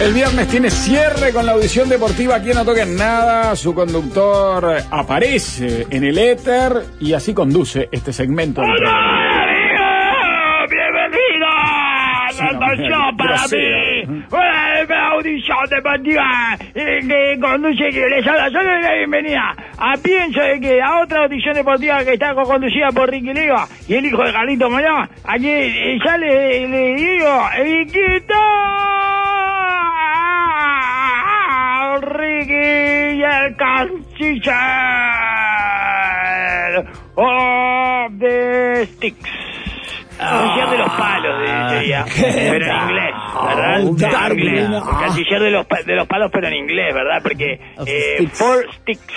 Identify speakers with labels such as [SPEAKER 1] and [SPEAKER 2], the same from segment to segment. [SPEAKER 1] El viernes tiene cierre con la audición deportiva aquí en No Toquen Nada. Su conductor aparece en el éter y así conduce este segmento. del programa.
[SPEAKER 2] ¡Bienvenido!
[SPEAKER 1] una
[SPEAKER 2] ¡Tanto
[SPEAKER 1] manera
[SPEAKER 2] show para
[SPEAKER 1] grosera.
[SPEAKER 2] mí! ¡Una audición deportiva! eh, que conduce que les habla solo de la bienvenida a Pienso de que a otra audición deportiva que está conducida por Ricky Leva y el hijo de Carlito Morán. Aquí eh, ya le, le digo, ¡Riquito! ¡Ricky y el canciller! ¡Of the sticks! Canciller de los palos, de- sería. Pero en inglés, ¿verdad?
[SPEAKER 3] Oh,
[SPEAKER 2] Pero en
[SPEAKER 3] Darwin,
[SPEAKER 2] inglés.
[SPEAKER 3] ah.
[SPEAKER 2] Canciller de los, pa- de los palos, pero en inglés, ¿verdad? Porque
[SPEAKER 3] Of
[SPEAKER 2] eh,
[SPEAKER 3] sticks.
[SPEAKER 2] Four Sticks.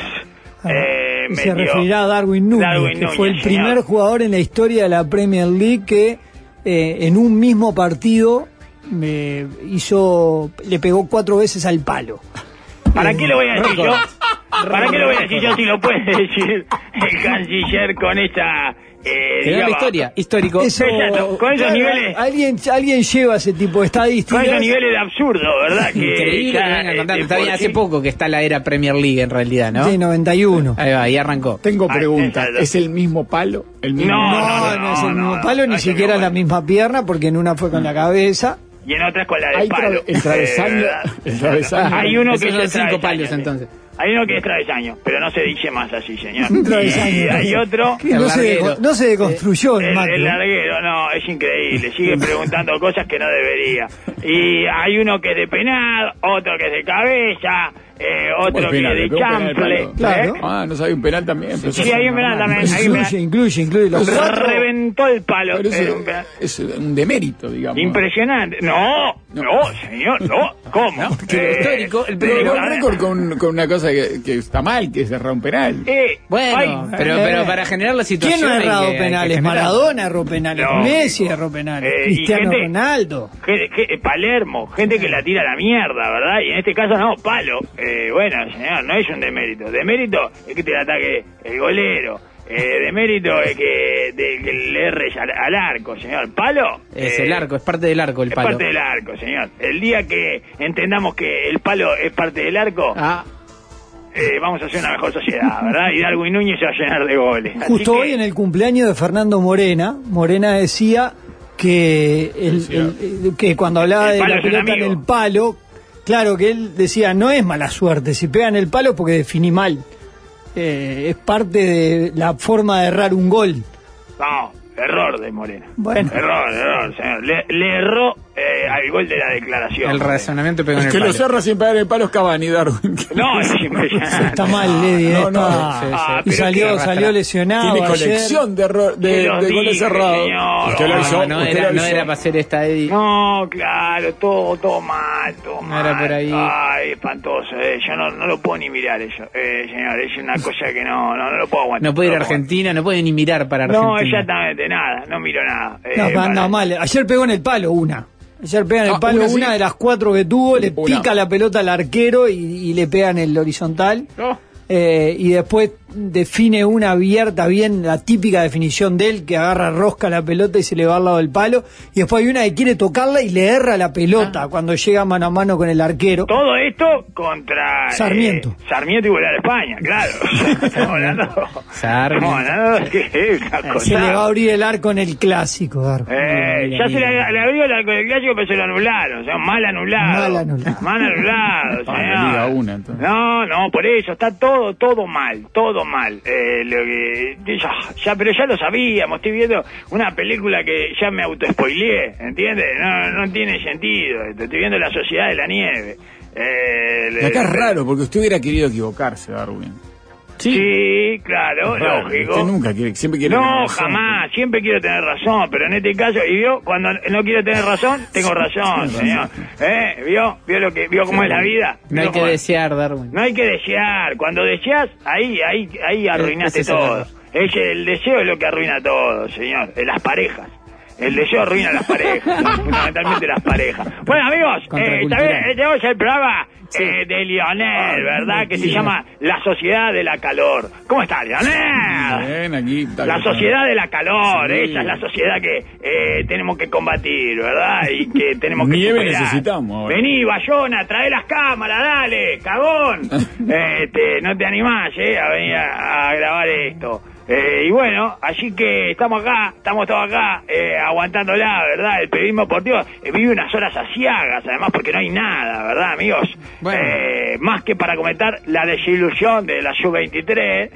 [SPEAKER 2] eh,
[SPEAKER 3] Y se
[SPEAKER 2] metió-
[SPEAKER 3] referirá a Darwin Núñez,
[SPEAKER 2] Darwin
[SPEAKER 3] que
[SPEAKER 2] Núñez,
[SPEAKER 3] fue el
[SPEAKER 2] señor.
[SPEAKER 3] primer jugador en la historia de la Premier League que eh, en un mismo partido eh, hizo, le pegó cuatro veces al palo.
[SPEAKER 2] ¿Para
[SPEAKER 3] Eh,
[SPEAKER 2] qué lo voy a decir yo? ¿Para qué lo voy a decir yo si lo puede decir el canciller con esta. Eh,
[SPEAKER 4] Tiene una
[SPEAKER 2] digamos,
[SPEAKER 4] historia, histórico.
[SPEAKER 3] Eso-
[SPEAKER 2] Exacto, con esos niveles-
[SPEAKER 3] Alguien, alguien lleva ese tipo de
[SPEAKER 2] Con
[SPEAKER 3] estadísticas.
[SPEAKER 2] esos niveles de absurdo, ¿verdad? Que
[SPEAKER 4] Increíble
[SPEAKER 2] ya,
[SPEAKER 4] que venga a
[SPEAKER 2] eh,
[SPEAKER 4] contar.
[SPEAKER 2] eh,
[SPEAKER 4] Está bien,
[SPEAKER 2] por
[SPEAKER 4] hace
[SPEAKER 2] sí-
[SPEAKER 4] poco que está la era Premier League en realidad, ¿no?
[SPEAKER 3] De 91.
[SPEAKER 4] Ahí va, ahí arrancó.
[SPEAKER 1] Tengo
[SPEAKER 2] Ay,
[SPEAKER 1] preguntas.
[SPEAKER 2] esa-
[SPEAKER 1] ¿Es el mismo palo? El mismo...
[SPEAKER 2] No,
[SPEAKER 3] No, no es el mismo
[SPEAKER 2] no,
[SPEAKER 3] palo,
[SPEAKER 2] no
[SPEAKER 3] ni
[SPEAKER 2] es el
[SPEAKER 3] siquiera
[SPEAKER 2] mismo
[SPEAKER 3] la
[SPEAKER 2] palo.
[SPEAKER 3] misma pierna, porque en una fue con la cabeza.
[SPEAKER 2] Y en otras con la de
[SPEAKER 1] Hay tra-
[SPEAKER 2] palo.
[SPEAKER 1] el travesaño-
[SPEAKER 2] Eh, ¿verdad?
[SPEAKER 1] el travesaño.
[SPEAKER 2] Hay uno que
[SPEAKER 4] Esos son
[SPEAKER 2] es el
[SPEAKER 4] cinco
[SPEAKER 2] travesaño,
[SPEAKER 4] palos,
[SPEAKER 2] sí.
[SPEAKER 4] entonces.
[SPEAKER 2] Hay uno que es travesaño, pero no se dice más así, señor.
[SPEAKER 3] travesaño.
[SPEAKER 2] Y hay otro.
[SPEAKER 4] Y el
[SPEAKER 3] No se,
[SPEAKER 4] larguero.
[SPEAKER 3] deco- no se deconstruyó el
[SPEAKER 2] El,
[SPEAKER 3] Macri. ¿eh?
[SPEAKER 2] el larguero, no, es increíble. Sigue preguntando cosas que no debería. Y hay uno que es de penal, otro que es de cabeza, eh, otro
[SPEAKER 1] Bueno,
[SPEAKER 2] que
[SPEAKER 1] penal,
[SPEAKER 2] es de
[SPEAKER 1] pero un penal de
[SPEAKER 2] chample.
[SPEAKER 1] palo.
[SPEAKER 3] Claro.
[SPEAKER 2] ¿eh?
[SPEAKER 1] Ah, no sabe un penal también. pero
[SPEAKER 2] Sí,
[SPEAKER 1] eso
[SPEAKER 2] hay
[SPEAKER 1] es
[SPEAKER 2] un penal
[SPEAKER 1] normal.
[SPEAKER 2] también. Ahí
[SPEAKER 3] Incluye,
[SPEAKER 2] me-
[SPEAKER 3] incluye, incluye los
[SPEAKER 1] Pero-
[SPEAKER 3] cuatro.
[SPEAKER 2] Reventó el palo.
[SPEAKER 1] Pero
[SPEAKER 2] Era un penal.
[SPEAKER 1] eso es un demérito, digamos.
[SPEAKER 2] Impresionante. No, no, señor, no. ¿Cómo? Eh,
[SPEAKER 4] que lo histórico, el
[SPEAKER 1] Pero
[SPEAKER 4] Pero-
[SPEAKER 1] con récord con, con una cosa que, que está mal, que es cerrar un penal.
[SPEAKER 2] Eh,
[SPEAKER 4] Bueno,
[SPEAKER 2] ay,
[SPEAKER 4] pero,
[SPEAKER 3] eh.
[SPEAKER 4] pero para generar la situación.
[SPEAKER 3] ¿Quién no ha
[SPEAKER 4] hay que-
[SPEAKER 3] errado
[SPEAKER 4] hay que
[SPEAKER 3] penales?
[SPEAKER 4] generar.
[SPEAKER 3] Maradona erró penales,
[SPEAKER 2] No.
[SPEAKER 3] Messi erró penales,
[SPEAKER 2] Eh, y
[SPEAKER 3] Cristiano
[SPEAKER 2] gente-
[SPEAKER 3] Ronaldo.
[SPEAKER 2] Gente- gente- eh, Palermo, gente que la tira a la mierda, ¿verdad? Y en este caso no, palo. Eh, bueno, señor, no es un demérito. Demérito es que te la ataque el golero. Eh, demérito es que, de- que le erres al, al arco, señor. Palo.
[SPEAKER 4] Es
[SPEAKER 2] eh,
[SPEAKER 4] el arco, es parte del arco el
[SPEAKER 2] Es
[SPEAKER 4] palo.
[SPEAKER 2] parte del arco, señor. El día que entendamos que el palo es parte del arco,
[SPEAKER 4] Ah,
[SPEAKER 2] eh, vamos a hacer una mejor sociedad, ¿verdad? Y Darwin Núñez se va a llenar de goles. Así
[SPEAKER 3] Justo
[SPEAKER 2] que-
[SPEAKER 3] hoy en el cumpleaños de Fernando Morena, Morena decía que, el- el- el- que cuando hablaba
[SPEAKER 2] El
[SPEAKER 3] de
[SPEAKER 2] palo
[SPEAKER 3] la
[SPEAKER 2] es un
[SPEAKER 3] pelota en
[SPEAKER 2] amigo.
[SPEAKER 3] el palo, claro que él decía, no es mala suerte, si pegan el palo porque definí mal. Eh, es parte de la forma de errar un gol.
[SPEAKER 2] No, error de Morena.
[SPEAKER 3] Bueno.
[SPEAKER 2] Error, error, señor. Le, le erró eh, al gol de la declaración.
[SPEAKER 4] el razonamiento pegó en
[SPEAKER 1] Es
[SPEAKER 4] el
[SPEAKER 1] que lo
[SPEAKER 4] palo.
[SPEAKER 1] cerra sin pagar el palo es Cavani, Darwin.
[SPEAKER 2] No, es impresionante.
[SPEAKER 3] Está mal, Lady, eh,
[SPEAKER 1] no,
[SPEAKER 3] está-
[SPEAKER 1] no,
[SPEAKER 4] sí, sí.
[SPEAKER 2] Ah,
[SPEAKER 3] Y
[SPEAKER 2] pero
[SPEAKER 3] salió,
[SPEAKER 4] qué
[SPEAKER 3] salió
[SPEAKER 4] rastra.
[SPEAKER 3] lesionado.
[SPEAKER 1] Tiene
[SPEAKER 3] ayer.
[SPEAKER 1] colección de, erro- de,
[SPEAKER 2] Que los
[SPEAKER 1] de goles
[SPEAKER 2] dije,
[SPEAKER 1] cerrados.
[SPEAKER 2] señor.
[SPEAKER 1] Usted lo avisó,
[SPEAKER 4] No, no
[SPEAKER 1] usted lo
[SPEAKER 4] era, no
[SPEAKER 1] avisó.
[SPEAKER 4] era para hacer esta, Eddie.
[SPEAKER 2] No, claro, todo, todo mal, todo
[SPEAKER 4] No
[SPEAKER 2] mal.
[SPEAKER 4] era por ahí.
[SPEAKER 2] Ay, espantoso. eh, yo no, no lo puedo ni mirar eso, eh, señor. Es una cosa que no, no, no lo puedo aguantar.
[SPEAKER 4] No puede ir a
[SPEAKER 2] lo puedo
[SPEAKER 4] Argentina, no puede ni mirar para
[SPEAKER 2] aguantar.
[SPEAKER 4] Argentina.
[SPEAKER 2] No, exactamente, nada. No miro nada. eh,
[SPEAKER 3] No, pero anda
[SPEAKER 2] para-
[SPEAKER 3] mal. Ayer pegó en el palo una. Ayer pega en
[SPEAKER 1] Ah,
[SPEAKER 3] el palo
[SPEAKER 1] una
[SPEAKER 3] una,
[SPEAKER 1] sí.
[SPEAKER 3] de las cuatro que tuvo, le
[SPEAKER 1] Una.
[SPEAKER 3] pica la pelota al arquero y, y le pega en el horizontal.
[SPEAKER 2] No.
[SPEAKER 3] Eh, y después define una abierta, bien la típica definición de él, que agarra rosca la pelota y se le va al lado del palo. Y después hay una que quiere tocarla y le erra la pelota cuando llega mano a mano con el arquero.
[SPEAKER 2] Ah. Todo esto contra eh,
[SPEAKER 3] Sarmiento.
[SPEAKER 2] Sarmiento y volar a España, claro. Estamos hablando.
[SPEAKER 4] Sarmiento.
[SPEAKER 2] Estamos hablando de que es una
[SPEAKER 3] Se le va a
[SPEAKER 2] cosa.
[SPEAKER 3] abrir el arco en el clásico, Garbo.
[SPEAKER 2] Eh,
[SPEAKER 4] Mira,
[SPEAKER 2] ya se
[SPEAKER 4] mira.
[SPEAKER 2] le, le abrió el arco del clásico, pero se lo anularon. O sea, mal anulado.
[SPEAKER 3] Mal anulado.
[SPEAKER 2] Mal anulado,
[SPEAKER 1] Ah,
[SPEAKER 2] señor.
[SPEAKER 1] la Liga Una, entonces.
[SPEAKER 2] No, no, por eso. Está todo, todo mal. Todo mal. Eh, lo que, ya, ya- pero ya lo sabíamos. Estoy viendo una película que ya me autoespoileé. ¿Entiendes? No, no tiene sentido. esto. Estoy viendo La Sociedad de la Nieve. Eh,
[SPEAKER 1] Y acá es
[SPEAKER 2] le-
[SPEAKER 1] raro, porque usted hubiera querido equivocarse, Darwin.
[SPEAKER 2] Sí, claro,
[SPEAKER 1] Es raro,
[SPEAKER 2] lógico.
[SPEAKER 1] Usted nunca quiere, siempre quiere tener
[SPEAKER 2] No,
[SPEAKER 1] razón.
[SPEAKER 2] jamás, siempre quiero tener razón, pero en este caso, y vio, cuando no quiero tener razón, tengo razón, señor. ¿Eh? ¿Vio? ¿Vio lo que vio cómo es la vida?
[SPEAKER 4] No hay
[SPEAKER 2] ¿Vio
[SPEAKER 4] que
[SPEAKER 2] cómo es?
[SPEAKER 4] desear, Darwin.
[SPEAKER 2] No hay que desear, cuando deseas, ahí ahí ahí arruinaste
[SPEAKER 4] Eh, Ese es el
[SPEAKER 2] todo.
[SPEAKER 4] error.
[SPEAKER 2] Es el deseo es lo que arruina todo, señor, en las parejas. El deseo arruina las parejas, fundamentalmente las parejas. Bueno, amigos, eh, está
[SPEAKER 4] Contracultural.
[SPEAKER 2] bien, eh, tenemos el programa eh, de Lionel, ¿verdad? Que se llama La Sociedad de la Calor. ¿Cómo está, Lionel?
[SPEAKER 1] Bien, aquí. está
[SPEAKER 2] La
[SPEAKER 1] bien, está.
[SPEAKER 2] sociedad de la calor,
[SPEAKER 1] Sí.
[SPEAKER 2] esa es la sociedad que eh, tenemos que combatir, ¿verdad? Y que tenemos que
[SPEAKER 1] Nieve
[SPEAKER 2] superar.
[SPEAKER 1] necesitamos ahora.
[SPEAKER 2] Vení, Bayona, trae las cámaras, dale, cagón. Este, no te animás, ¿eh? A venir a, a grabar esto. Eh, y bueno, así que estamos acá, estamos todos acá, eh, aguantándola, ¿verdad? El periodismo deportivo eh, vive unas horas asiagas, además, porque no hay nada, ¿verdad, amigos?
[SPEAKER 4] Bueno.
[SPEAKER 2] Eh, más que para comentar la desilusión de la Sub-23. eh,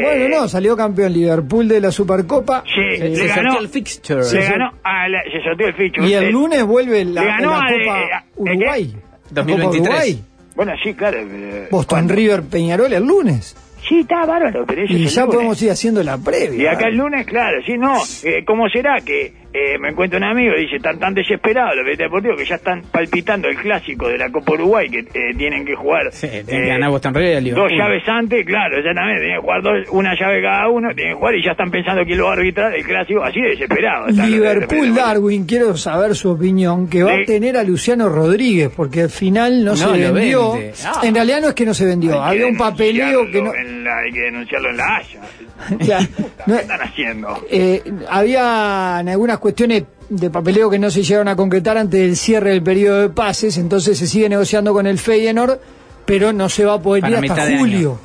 [SPEAKER 3] Bueno, no, salió campeón Liverpool de la Supercopa.
[SPEAKER 2] Sí,
[SPEAKER 4] Se-
[SPEAKER 2] le
[SPEAKER 4] se
[SPEAKER 2] ganó.
[SPEAKER 4] sorteó el fixture.
[SPEAKER 2] Se
[SPEAKER 4] Sí.
[SPEAKER 2] ganó a la- se sorteó el fichu.
[SPEAKER 3] Y el
[SPEAKER 2] Eh,
[SPEAKER 3] lunes vuelve la,
[SPEAKER 2] le ganó
[SPEAKER 3] la
[SPEAKER 2] a-
[SPEAKER 3] Copa
[SPEAKER 2] eh, a-
[SPEAKER 3] Uruguay.
[SPEAKER 2] ¿qué?
[SPEAKER 3] La Copa
[SPEAKER 4] 2023.
[SPEAKER 3] Uruguay.
[SPEAKER 2] Bueno, sí, claro. eh,
[SPEAKER 3] Boston
[SPEAKER 2] cuando-
[SPEAKER 3] River Peñarol el lunes.
[SPEAKER 2] Sí, está bárbaro, pero eso
[SPEAKER 3] Y
[SPEAKER 2] es el
[SPEAKER 3] ya
[SPEAKER 2] lunes.
[SPEAKER 3] podemos ir haciendo la previa.
[SPEAKER 2] Y acá el lunes, claro, sí, no. eh, ¿Cómo será que eh, me encuentro un amigo y dice, están tan desesperados los periodistas deportivos que ya están palpitando el clásico de la Copa Uruguay que eh, tienen que jugar
[SPEAKER 4] Sí, tiene
[SPEAKER 2] eh,
[SPEAKER 4] que ganar Boston River y el
[SPEAKER 2] dos
[SPEAKER 4] Liverpool.
[SPEAKER 2] llaves antes, claro, ya también tienen que jugar dos, una llave cada uno, tienen que jugar y ya están pensando quién lo va a arbitrar el clásico, así de desesperado. están los
[SPEAKER 3] Liverpool
[SPEAKER 2] periodistas deportivos.
[SPEAKER 3] Darwin, quiero saber su opinión, que va
[SPEAKER 2] Sí.
[SPEAKER 3] a tener a Luciano Rodríguez, porque al final no,
[SPEAKER 4] No,
[SPEAKER 3] se
[SPEAKER 4] lo
[SPEAKER 3] vendió.
[SPEAKER 4] vende. Ah.
[SPEAKER 3] En realidad no es que no se vendió,
[SPEAKER 2] Hay que
[SPEAKER 3] había un papeleo que no.
[SPEAKER 2] denunciarlo en la- hay que denunciarlo en la Haya.
[SPEAKER 3] Claro,
[SPEAKER 2] ¿Qué
[SPEAKER 3] no-
[SPEAKER 2] están haciendo?
[SPEAKER 3] eh, había en algunas cuestiones de papeleo que no se llegaron a concretar antes del cierre del periodo de pases, entonces se sigue negociando con el Feyenoord, pero no se va a poder
[SPEAKER 4] Para
[SPEAKER 3] ir hasta
[SPEAKER 4] mitad de año.
[SPEAKER 3] julio.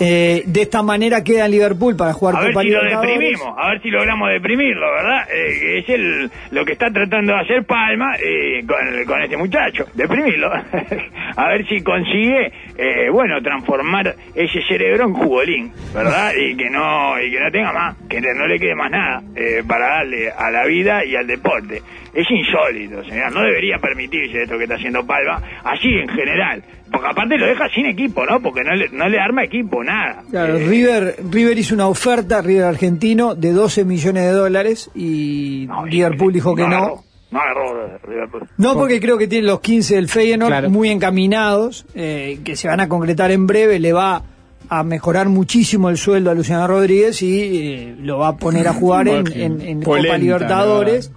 [SPEAKER 3] Eh, de esta manera queda en Liverpool para jugar
[SPEAKER 2] A ver
[SPEAKER 3] Copa
[SPEAKER 2] si lo
[SPEAKER 3] Libertadores.
[SPEAKER 2] deprimimos, a ver si logramos deprimirlo, ¿verdad? Eh, es el, lo que está tratando de hacer Palma eh, con, con este muchacho, deprimirlo. a ver si consigue, eh, bueno, transformar ese cerebro en jugolín, ¿verdad? Y que no y que no tenga más, que no le quede más nada eh, para darle a la vida y al deporte. Es insólito, señor, no debería permitirse esto que está haciendo Palma, así en general. Porque aparte lo deja sin equipo, ¿no? Porque no le, no le arma equipo, nada.
[SPEAKER 3] Claro,
[SPEAKER 2] Eh,
[SPEAKER 3] River, River hizo una oferta, River argentino, de 12 millones de dólares y
[SPEAKER 2] No,
[SPEAKER 3] Liverpool dijo que no.
[SPEAKER 2] agarró, no agarró Liverpool.
[SPEAKER 3] No, porque creo que tiene los 15 del Feyenoord
[SPEAKER 4] Claro.
[SPEAKER 3] muy encaminados, eh, que se van a concretar en breve, le va a mejorar muchísimo el sueldo a Luciano Rodríguez y eh, lo va a poner a jugar en, en- en
[SPEAKER 1] Polenta,
[SPEAKER 3] Copa Libertadores.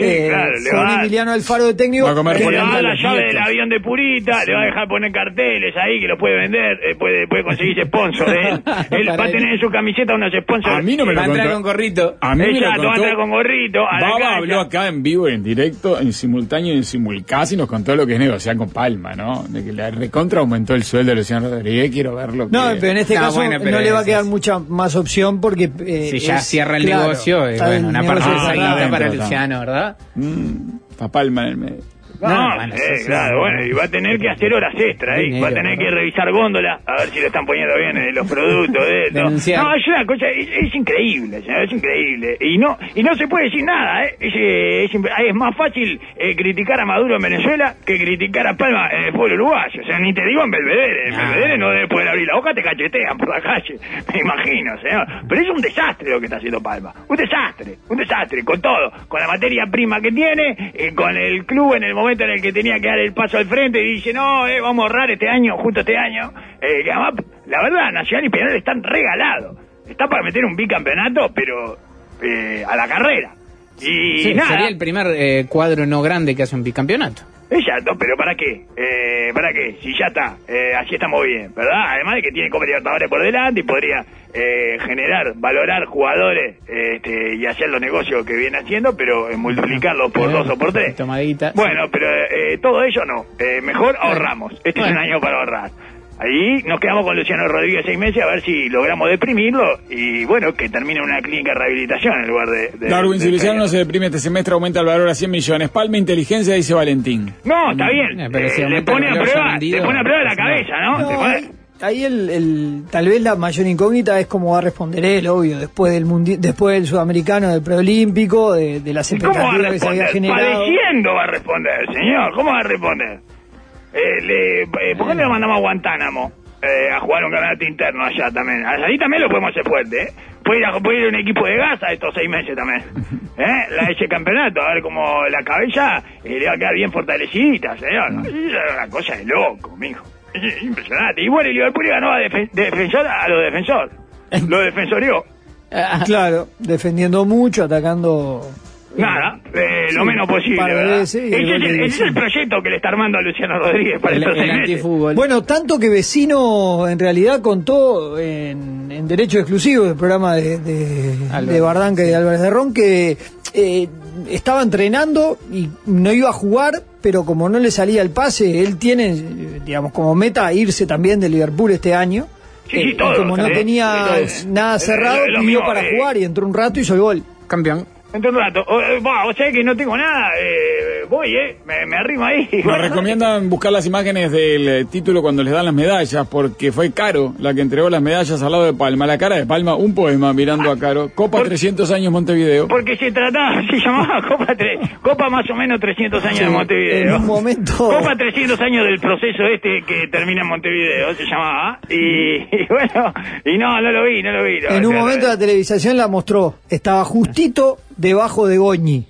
[SPEAKER 2] Sí, claro, le
[SPEAKER 3] se
[SPEAKER 2] va
[SPEAKER 3] viene
[SPEAKER 2] a-
[SPEAKER 3] Emiliano Alfaro de técnico.
[SPEAKER 1] Va a comer
[SPEAKER 3] que-
[SPEAKER 2] Le va a
[SPEAKER 1] polenta.
[SPEAKER 2] dar la
[SPEAKER 1] los
[SPEAKER 2] llave
[SPEAKER 1] nietos.
[SPEAKER 2] del avión de Purita, le va a dejar poner carteles ahí que lo puede vender, eh, puede, puede conseguirse sponsor de él. Él va a
[SPEAKER 4] Para
[SPEAKER 2] tener en su camiseta Eh, unos sponsors.
[SPEAKER 1] A mí no me lo
[SPEAKER 4] Va a entrar
[SPEAKER 1] contó.
[SPEAKER 4] con gorrito.
[SPEAKER 1] A mí me lo
[SPEAKER 2] Ella lo va a
[SPEAKER 1] contó.
[SPEAKER 2] entrar con gorrito a la
[SPEAKER 1] Baba
[SPEAKER 2] cancha.
[SPEAKER 1] habló acá en vivo y en directo, en simultáneo y en simulcast y nos contó lo que es negociar con Palma, ¿no? De que la recontra aumentó el sueldo de Luciano Rodríguez, quiero verlo.
[SPEAKER 3] No, pero en este
[SPEAKER 4] No,
[SPEAKER 3] caso
[SPEAKER 4] bueno,
[SPEAKER 3] no
[SPEAKER 4] pero
[SPEAKER 3] le va a
[SPEAKER 4] es-
[SPEAKER 3] quedar
[SPEAKER 4] es-
[SPEAKER 3] mucha más opción porque... eh,
[SPEAKER 4] Si ya
[SPEAKER 3] es-
[SPEAKER 4] cierra el
[SPEAKER 3] claro,
[SPEAKER 4] negocio, eh,
[SPEAKER 3] está
[SPEAKER 4] bueno,
[SPEAKER 3] el
[SPEAKER 4] una
[SPEAKER 3] negocio
[SPEAKER 4] parte de esa
[SPEAKER 1] cerrado.
[SPEAKER 4] guita
[SPEAKER 1] Adentro,
[SPEAKER 3] cerrado.
[SPEAKER 4] para
[SPEAKER 1] está.
[SPEAKER 4] Luciano, ¿verdad?
[SPEAKER 1] Está Palma en el medio.
[SPEAKER 2] No,
[SPEAKER 4] Ah, bueno,
[SPEAKER 2] eh,
[SPEAKER 4] sí, sí,
[SPEAKER 2] claro,
[SPEAKER 4] sí.
[SPEAKER 2] bueno, y va a tener que hacer horas extra ahí,
[SPEAKER 4] Dinero,
[SPEAKER 2] va a tener que
[SPEAKER 4] ¿verdad?
[SPEAKER 2] revisar góndola, a ver si le están poniendo bien eh, los productos de esto.
[SPEAKER 4] Denunciar.
[SPEAKER 2] No, es una cosa, es, es increíble, señor, es increíble. Y no y no se puede decir nada, ¿eh? Es, eh, es imp- es más fácil eh, criticar a Maduro en Venezuela que criticar a Palma en el pueblo uruguayo. O sea, ni te digo en Belvedere, en
[SPEAKER 4] No.
[SPEAKER 2] Belvedere no debe poder abrir la boca, te cachetean por la calle, me imagino, señor. Pero es un desastre lo que está haciendo Palma, un desastre, un desastre, con todo, con la materia prima que tiene, eh, con el club en el momento en el que tenía que dar el paso al frente y dice, no, eh, vamos a ahorrar este año, justo este año. Eh, que además, la verdad, Nacional y Penal están regalados. Está para meter un bicampeonato, pero eh, a la carrera. Y
[SPEAKER 4] Sí,
[SPEAKER 2] nada,
[SPEAKER 4] sería el primer eh, cuadro no grande que hace un bicampeonato.
[SPEAKER 2] Exacto, pero ¿para qué? Eh, ¿Para qué? Si ya está, eh, así estamos bien, ¿verdad? Además de que tiene Copa Libertadores por delante y podría eh, generar, valorar jugadores este, y hacer los negocios que viene haciendo, pero eh, multiplicarlo por
[SPEAKER 4] Claro,
[SPEAKER 2] dos o por tres.
[SPEAKER 4] tomadita.
[SPEAKER 2] Bueno, pero eh, eh, todo ello no. Eh, mejor ahorramos. Este es un
[SPEAKER 4] Bueno.
[SPEAKER 2] año para ahorrar. Ahí nos quedamos con Luciano Rodríguez seis meses a ver si logramos deprimirlo y bueno, que termine en una clínica de rehabilitación en lugar de... de-
[SPEAKER 1] Darwin,
[SPEAKER 2] de-
[SPEAKER 1] si Luciano no se deprime este semestre, aumenta el valor a 100 millones. Palma Inteligencia, dice Valentín.
[SPEAKER 2] No, está bien.
[SPEAKER 4] Eh, pero
[SPEAKER 2] Eh,
[SPEAKER 4] si
[SPEAKER 2] le
[SPEAKER 4] aumenta el
[SPEAKER 2] pone a
[SPEAKER 4] valor ya
[SPEAKER 2] prueba,
[SPEAKER 4] vendido,
[SPEAKER 2] le pone a prueba la
[SPEAKER 4] pues no pasa
[SPEAKER 2] cabeza, ¿no?
[SPEAKER 3] No,
[SPEAKER 2] Te pone-
[SPEAKER 3] ahí- ahí el, el- tal vez la mayor incógnita es cómo va a responder él, obvio, después del mundi después del sudamericano, del preolímpico, de, de las
[SPEAKER 2] ¿Y cómo va a
[SPEAKER 3] expectativas que se había
[SPEAKER 2] responder?
[SPEAKER 3] generado.
[SPEAKER 2] Padeciendo va a responder, señor. ¿Cómo va a responder? Eh, le- eh, ¿Por qué no lo mandamos a Guantánamo eh, a jugar un campeonato interno allá también? Ahí también lo podemos hacer fuerte, ¿eh? Puede ir, a, puede ir un equipo de gasa estos seis meses también. ¿Eh? La, ese campeonato, a ver cómo la cabeza eh, le va a quedar bien fortalecida, señor. Es una cosa de loco, mijo. Es impresionante. Y bueno, el Liverpool le ganó a, defen- de defensor a los defensores. Lo defensorió.
[SPEAKER 4] Ah,
[SPEAKER 3] Claro, defendiendo mucho, atacando
[SPEAKER 2] Nada, eh, lo
[SPEAKER 3] Sí,
[SPEAKER 2] menos posible,
[SPEAKER 3] para
[SPEAKER 2] ¿verdad?
[SPEAKER 3] ese y el
[SPEAKER 2] ese,
[SPEAKER 3] gol
[SPEAKER 2] es
[SPEAKER 3] de
[SPEAKER 2] el, ese es el
[SPEAKER 3] Vicente.
[SPEAKER 2] proyecto que le está armando a Luciano Rodríguez para
[SPEAKER 4] El,
[SPEAKER 2] estos
[SPEAKER 4] el
[SPEAKER 2] seis meses.
[SPEAKER 4] antifútbol.
[SPEAKER 3] Bueno, tanto que Vecino en realidad contó en, en Derecho Exclusivo, el programa de, de,
[SPEAKER 4] Álvarez.
[SPEAKER 3] de Bardanca y de Álvarez de Ron, que eh, estaba entrenando y no iba a jugar, pero como no le salía el pase, él tiene, eh, digamos, como meta irse también de Liverpool este año.
[SPEAKER 2] Sí, sí,
[SPEAKER 3] y
[SPEAKER 2] todos,
[SPEAKER 3] como no
[SPEAKER 2] eh,
[SPEAKER 3] tenía
[SPEAKER 2] todos.
[SPEAKER 3] nada
[SPEAKER 2] Eh,
[SPEAKER 3] cerrado,
[SPEAKER 2] lo- lo
[SPEAKER 3] pidió
[SPEAKER 2] mismo,
[SPEAKER 3] para
[SPEAKER 2] eh,
[SPEAKER 3] jugar y entró un rato y hizo el gol.
[SPEAKER 4] campeón.
[SPEAKER 2] Entonces, un rato, o, eh, va, o sea que no tengo nada, eh, voy, eh, me, me arrimo ahí.
[SPEAKER 1] Nos recomiendan buscar las imágenes del eh, título cuando les dan las medallas, porque fue Caro la que entregó las medallas al lado de Palma. La cara de Palma, un poema mirando a Caro. Copa 300 años Montevideo.
[SPEAKER 2] Porque se trataba, se llamaba Copa tres Copa más o menos 300 años de Montevideo.
[SPEAKER 3] en un momento-
[SPEAKER 2] Copa 300 años del proceso este que termina en Montevideo, se llamaba. ¿ah? Y, y bueno, y no, no lo vi, no lo vi. no,
[SPEAKER 3] En
[SPEAKER 2] o
[SPEAKER 3] un
[SPEAKER 2] sea,
[SPEAKER 3] momento la televisación la mostró. Estaba justito debajo de Goñi.